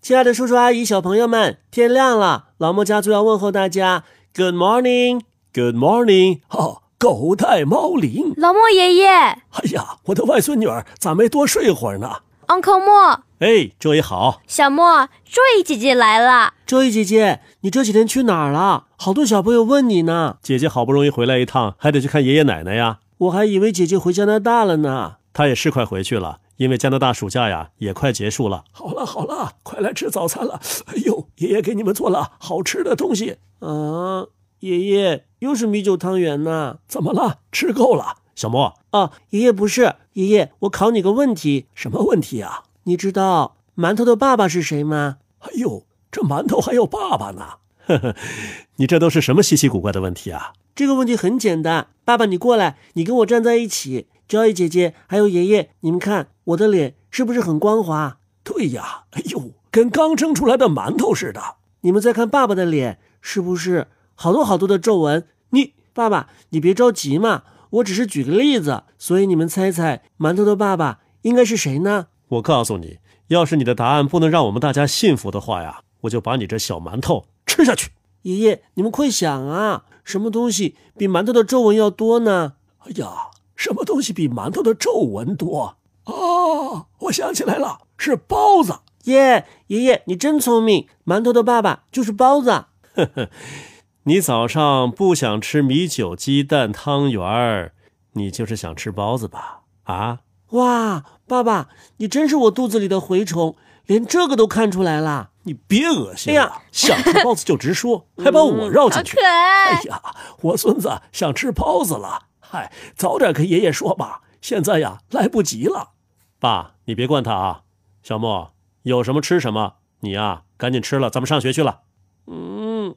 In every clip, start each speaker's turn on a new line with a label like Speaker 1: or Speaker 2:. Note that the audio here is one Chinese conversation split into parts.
Speaker 1: 亲爱的叔叔阿姨、小朋友们，天亮了，老莫家族要问候大家。Good morning，Good
Speaker 2: morning，哦，狗带猫铃。
Speaker 3: 老莫爷爷，
Speaker 2: 哎呀，我的外孙女儿咋没多睡会儿呢
Speaker 3: ？Uncle 莫，
Speaker 1: 哎，周一好，
Speaker 3: 小莫，周一姐姐来了。
Speaker 1: 周一姐姐，你这几天去哪儿了？好多小朋友问你呢。姐姐好不容易回来一趟，还得去看爷爷奶奶呀。我还以为姐姐回加拿大了呢。她也是快回去了。因为加拿大暑假呀也快结束了，
Speaker 2: 好了好了，快来吃早餐了。哎呦，爷爷给你们做了好吃的东西
Speaker 1: 啊！爷爷又是米酒汤圆呢？
Speaker 2: 怎么了？吃够了？
Speaker 1: 小莫啊，爷爷不是爷爷，我考你个问题。
Speaker 2: 什么问题啊？
Speaker 1: 你知道馒头的爸爸是谁吗？
Speaker 2: 哎呦，这馒头还有爸爸呢！
Speaker 1: 呵呵， 你这都是什么稀奇古怪的问题啊？这个问题很简单，爸爸你过来，你跟我站在一起。娇易姐姐还有爷爷，你们看我的脸是不是很光滑？
Speaker 2: 对呀，哎呦，跟刚蒸出来的馒头似的。
Speaker 1: 你们再看爸爸的脸，是不是好多好多的皱纹？你爸爸，你别着急嘛，我只是举个例子，所以你们猜猜馒头的爸爸应该是谁呢？我告诉你，要是你的答案不能让我们大家信服的话呀，我就把你这小馒头吃下去。爷爷，你们快想啊，什么东西比馒头的皱纹要多呢？
Speaker 2: 哎呀！什么东西比馒头的皱纹多？
Speaker 1: 啊
Speaker 2: 哦，我想起来了，是包子。
Speaker 1: 耶，爷爷，你真聪明！馒头的爸爸就是包子。呵呵， 你早上不想吃米酒鸡蛋汤圆儿，你就是想吃包子吧？啊！哇，爸爸，你真是我肚子里的蛔虫，连这个都看出来了。
Speaker 2: 你别恶心了！哎、呀
Speaker 1: 想吃包子就直说，还把我绕进去。
Speaker 3: 嗯、哎
Speaker 2: 呀，我孙子想吃包子了。嗨，早点跟爷爷说吧，现在呀来不及了。
Speaker 1: 爸，你别惯他啊。小莫，有什么吃什么，你呀、啊、赶紧吃了，咱们上学去了。嗯，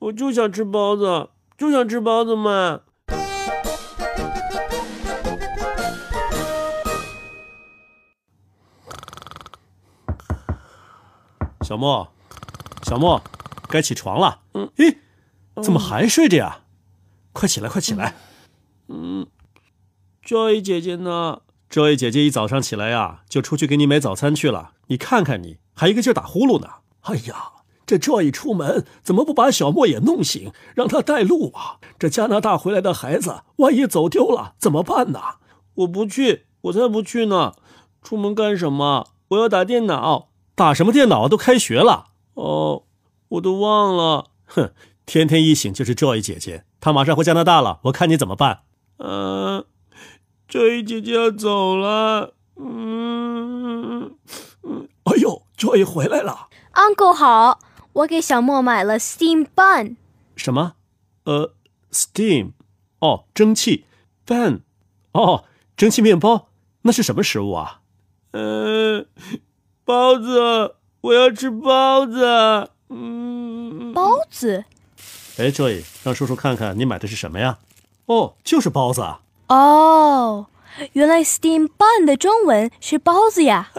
Speaker 1: 我就想吃包子，就想吃包子嘛。小莫，小莫，该起床了。嗯，咦，怎么还睡着呀？嗯、快起来，快起来。嗯嗯，Joy 姐姐呢？Joy 姐姐一早上起来呀、啊，就出去给你买早餐去了。你看看你，还一个劲儿打呼噜呢。
Speaker 2: 哎呀，这 Joy 出门怎么不把小莫也弄醒，让他带路啊？这加拿大回来的孩子，万一走丢了怎么办呢？
Speaker 1: 我不去，我才不去呢！出门干什么？我要打电脑。打什么电
Speaker 2: 啊
Speaker 1: 脑？都开学了。哦，我都忘了。哼，天天一醒就是 Joy 姐姐，她马上回加拿大了，我看你怎么办。嗯、啊，周一姐姐要走了。嗯，
Speaker 2: 嗯哎呦，周一回来了。
Speaker 3: Uncle 好，我给小莫买了 steam bun。
Speaker 1: 什么？呃，steam？哦，蒸汽 bun？哦，蒸汽面包？那是什么食物啊？嗯、呃，包子，我要吃包子。嗯，
Speaker 3: 包子。
Speaker 1: 哎，Joy，让叔叔看看你买的是什么呀？哦，就是包子啊！
Speaker 3: 哦，原来 steam bun 的中文是包子呀！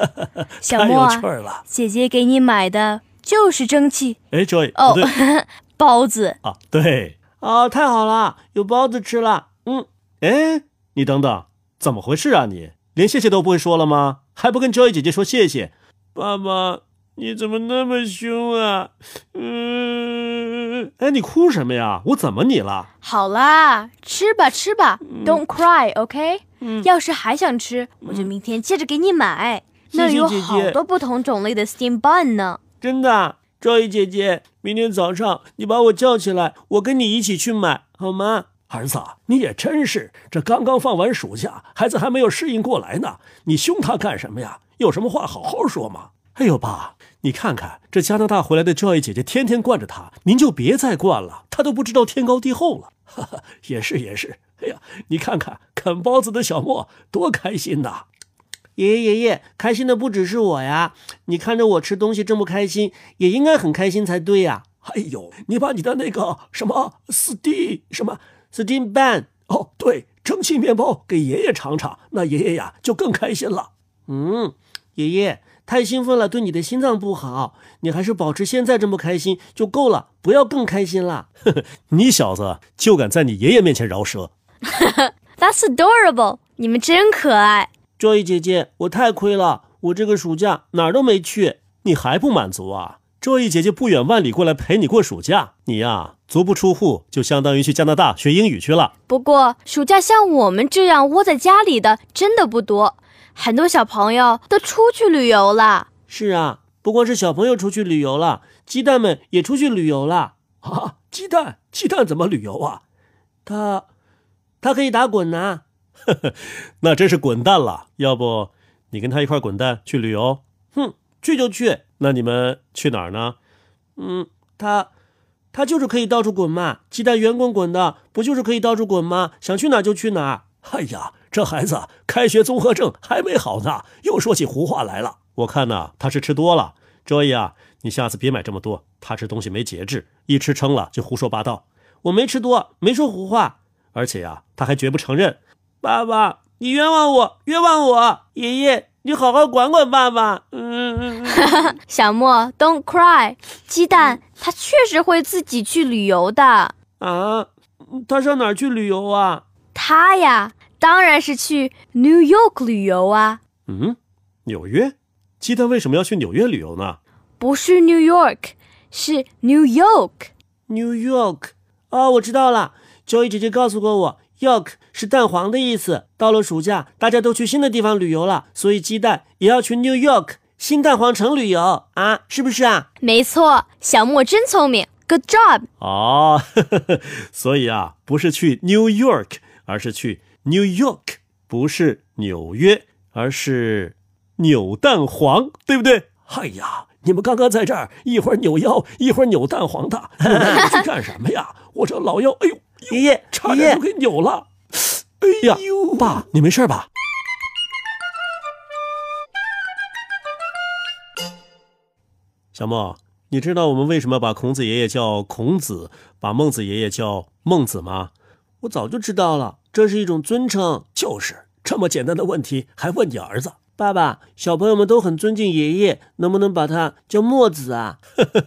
Speaker 3: 小莫、
Speaker 2: 啊，太有趣了！
Speaker 3: 姐姐给你买的就是蒸汽。
Speaker 1: 哎，Joy，
Speaker 3: 哦，包子
Speaker 1: 啊，对，哦，太好了，有包子吃了。嗯，哎，你等等，怎么回事啊你？连谢谢都不会说了吗？还不跟 Joy 姐姐说谢谢？爸爸，你怎么那么凶啊？嗯，哎，你哭什么呀？我怎么你了？
Speaker 3: 好啦，吃吧吃吧、嗯、，Don't cry，OK、okay? 嗯。要是还想吃，我就明天接着给你买。
Speaker 1: 谢谢
Speaker 3: 那有好多不同种类的 steam bun 呢。
Speaker 1: 真的，啊赵毅姐姐，明天早上你把我叫起来，我跟你一起去买，好吗？
Speaker 2: 儿子，啊你也真是，这刚刚放完暑假，孩子还没有适应过来呢，你凶他干什么呀？有什么话好好说嘛。哎呦，爸，你看看这加拿大回来的 Joy 姐姐，天天惯着他，您就别再惯了，他都不知道天高地厚了。 哈哈，也是也是，哎呀，你看看啃包子的小莫多开心呐、啊！
Speaker 1: 爷爷爷爷，开心的不只是我呀，你看着我吃东西这么开心，也应该很开心才对呀、
Speaker 2: 啊。哎呦，你把你的那个什么 steam 什么
Speaker 1: steam bun
Speaker 2: 哦，对，蒸汽面包给爷爷尝尝，那爷爷呀就更开心了。
Speaker 1: 嗯，爷爷。太兴奋了，对你的心脏不好。你还是保持现在这么开心就够了，不要更开心 了。你小子就敢在你爷爷面前饶舌
Speaker 3: ，That's adorable！你们真可爱。
Speaker 1: Joy 姐姐，我太亏了，我这个暑假哪儿都没去。
Speaker 2: 你还不满足啊？周易姐姐不远万里过来陪你过暑假，你呀、足不出户就相当于去加拿大学英语去了。
Speaker 3: 不过，暑假像我们这样窝在家里的真的不多，很多小朋友都出去旅游了。
Speaker 1: 是啊，不光是小朋友出去旅游了，鸡蛋们也出去旅游了。
Speaker 2: 啊，鸡蛋，鸡蛋怎么旅游啊？
Speaker 1: 它，它可以打滚呐、
Speaker 2: 那真是滚蛋了！要不你跟他一块儿滚蛋去旅游？
Speaker 1: 去就去，嗯
Speaker 2: 那你们去哪儿呢？
Speaker 1: 它，它就是可以到处滚嘛。鸡蛋圆滚滚的，不就是可以到处滚吗？想去哪儿就去哪儿。
Speaker 2: 哎呀，这孩子开学综合症还没好呢，又说起胡话来了。我看呐、他是吃多了。周易啊，你下次别买这么多，他吃东西没节制，一吃撑了就胡说八道。
Speaker 1: 我没吃多，没说胡话。
Speaker 2: 而且呀、他还绝不承认。
Speaker 1: 爸爸，你冤枉我，冤枉我！爷爷，你好好管管爸爸。嗯嗯嗯。
Speaker 3: 小莫，Don't cry，鸡蛋它确实会自己去旅游的。
Speaker 1: 啊，他上哪儿去旅游啊？
Speaker 3: 它呀，当然是去 New York 旅游啊，
Speaker 2: 嗯，纽约？鸡蛋为什么要去纽约旅游呢？
Speaker 3: 不是 New York，是 New York。
Speaker 1: New York。哦，我知道了，Joy 姐姐告诉过我，York 是蛋黄的意思。到了暑假，大家都去新的地方旅游了，所以鸡蛋也要去 New York 新蛋黄城旅游啊，是不是啊？
Speaker 3: 没错，小莫真聪明，Good job。
Speaker 2: 哦， 呵呵呵所以啊，不是去 New York，而是去 New York，不是纽约，而是扭蛋黄，对不对？哎呀，你们刚刚在这儿一会儿扭腰，一会儿扭蛋黄的，你们去干什么呀？我这老腰，哎呦，
Speaker 1: 爷爷，
Speaker 2: 差
Speaker 1: 爷
Speaker 2: 点
Speaker 1: 爷
Speaker 2: 就，给扭了。哎呀，爸，你没事吧？小莫，你知道我们为什么把孔子爷爷叫孔子，把孟子爷爷叫孟子吗？
Speaker 1: 我早就知道了，这是一种尊称。
Speaker 2: 就是这么简单的问题，还问你儿子？
Speaker 1: 爸爸，小朋友们都很尊敬爷爷，能不能把他叫墨子啊？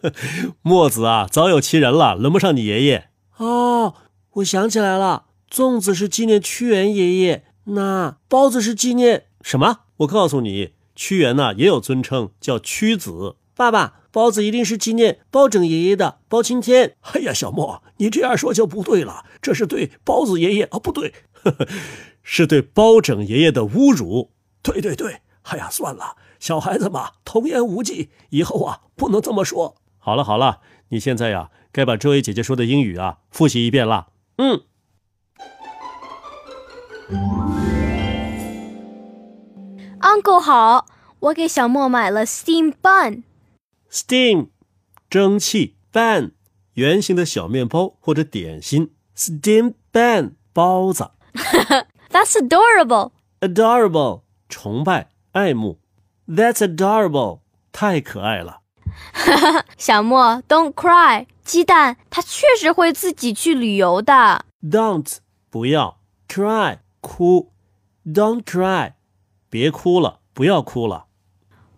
Speaker 2: 墨子啊，早有其人了，轮不上你爷爷。
Speaker 1: 哦，我想起来了，粽子是纪念屈原爷爷，那包子是纪念
Speaker 2: 什么？我告诉你，屈原呐、也有尊称，叫屈子。
Speaker 1: 爸爸，包子一定是纪念包拯爷爷的，包青天。
Speaker 2: 哎呀，小莫，你这样说就不对了，这是对包子爷爷啊，不对， 呵呵，是对包拯爷爷的侮辱。对对对，哎呀，算了，小孩子嘛，童言无忌，以后啊不能这么说。好了好了，你现在呀、该把周易姐姐说的英语啊复习一遍啦。
Speaker 1: 嗯，
Speaker 3: Uncle 好，我给小莫买了 steam bun。
Speaker 2: Steam，蒸汽 ban，圆形的小面包或者点心。Steam ban，包子。
Speaker 3: That's adorable.
Speaker 2: Adorable，崇拜、爱慕。
Speaker 1: That's adorable。
Speaker 2: 太可爱了。
Speaker 3: 小莫，Don't cry，鸡蛋它确实会自己去旅游的。
Speaker 1: Don't
Speaker 2: 不要
Speaker 1: cry,
Speaker 2: 哭，
Speaker 1: don't cry。
Speaker 2: 别哭了，不要哭了。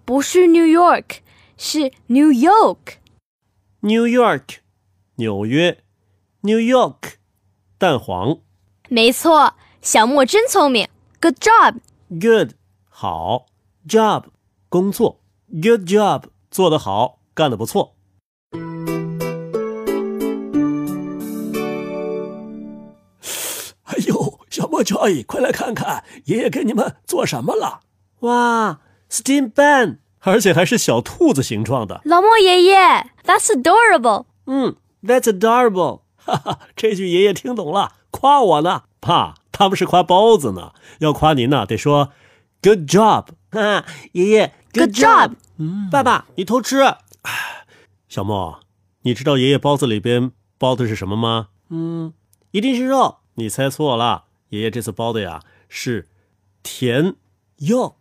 Speaker 3: 不是 New York，是 New York。
Speaker 1: New York,
Speaker 2: 纽约
Speaker 1: New York。
Speaker 2: 蛋黄
Speaker 3: 没错，小莫真聪明，Good job。
Speaker 1: Good
Speaker 2: 好，
Speaker 1: job,
Speaker 2: 工作
Speaker 1: good job。
Speaker 2: 做得好，干得不错。哎呦，小莫 Joy，快来看看，爷爷给你们做什么了？
Speaker 1: 哇，steam ban。
Speaker 2: 而且还是小兔子形状的。
Speaker 3: 老莫爷爷，That's adorable。
Speaker 1: 嗯，That's adorable。
Speaker 2: 哈哈， 这句爷爷听懂了，夸我呢。爸，他们是夸包子呢，要夸您呢，得说 Good job。
Speaker 1: 哈哈，爷爷
Speaker 3: Good job。
Speaker 1: 爸爸，你偷吃。
Speaker 2: 小莫，你知道爷爷包子里边包的是什么吗？
Speaker 1: 嗯，一定是肉。
Speaker 2: 你猜错了，爷爷这次包的呀是甜 yolk。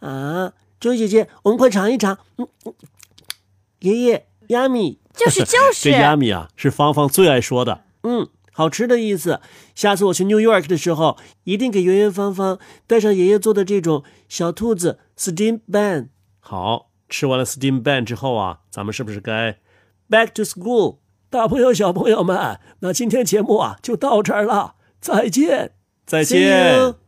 Speaker 1: 啊，周姐姐，我们快尝一尝。嗯，嗯爷爷，yummy，
Speaker 3: 就是就是
Speaker 2: 这。亚米啊是芳芳最爱说的。
Speaker 1: 嗯，好吃的意思。下次我去 New York 的时候，一定给圆圆芳芳带上爷爷做的这种小兔子 steam ban。
Speaker 2: 好，吃完了 steam ban 之后啊，咱们是不是该
Speaker 1: Back to school，
Speaker 2: 大朋友小朋友们？那今天节目啊就到这儿了，再见，再
Speaker 1: See you
Speaker 2: 见。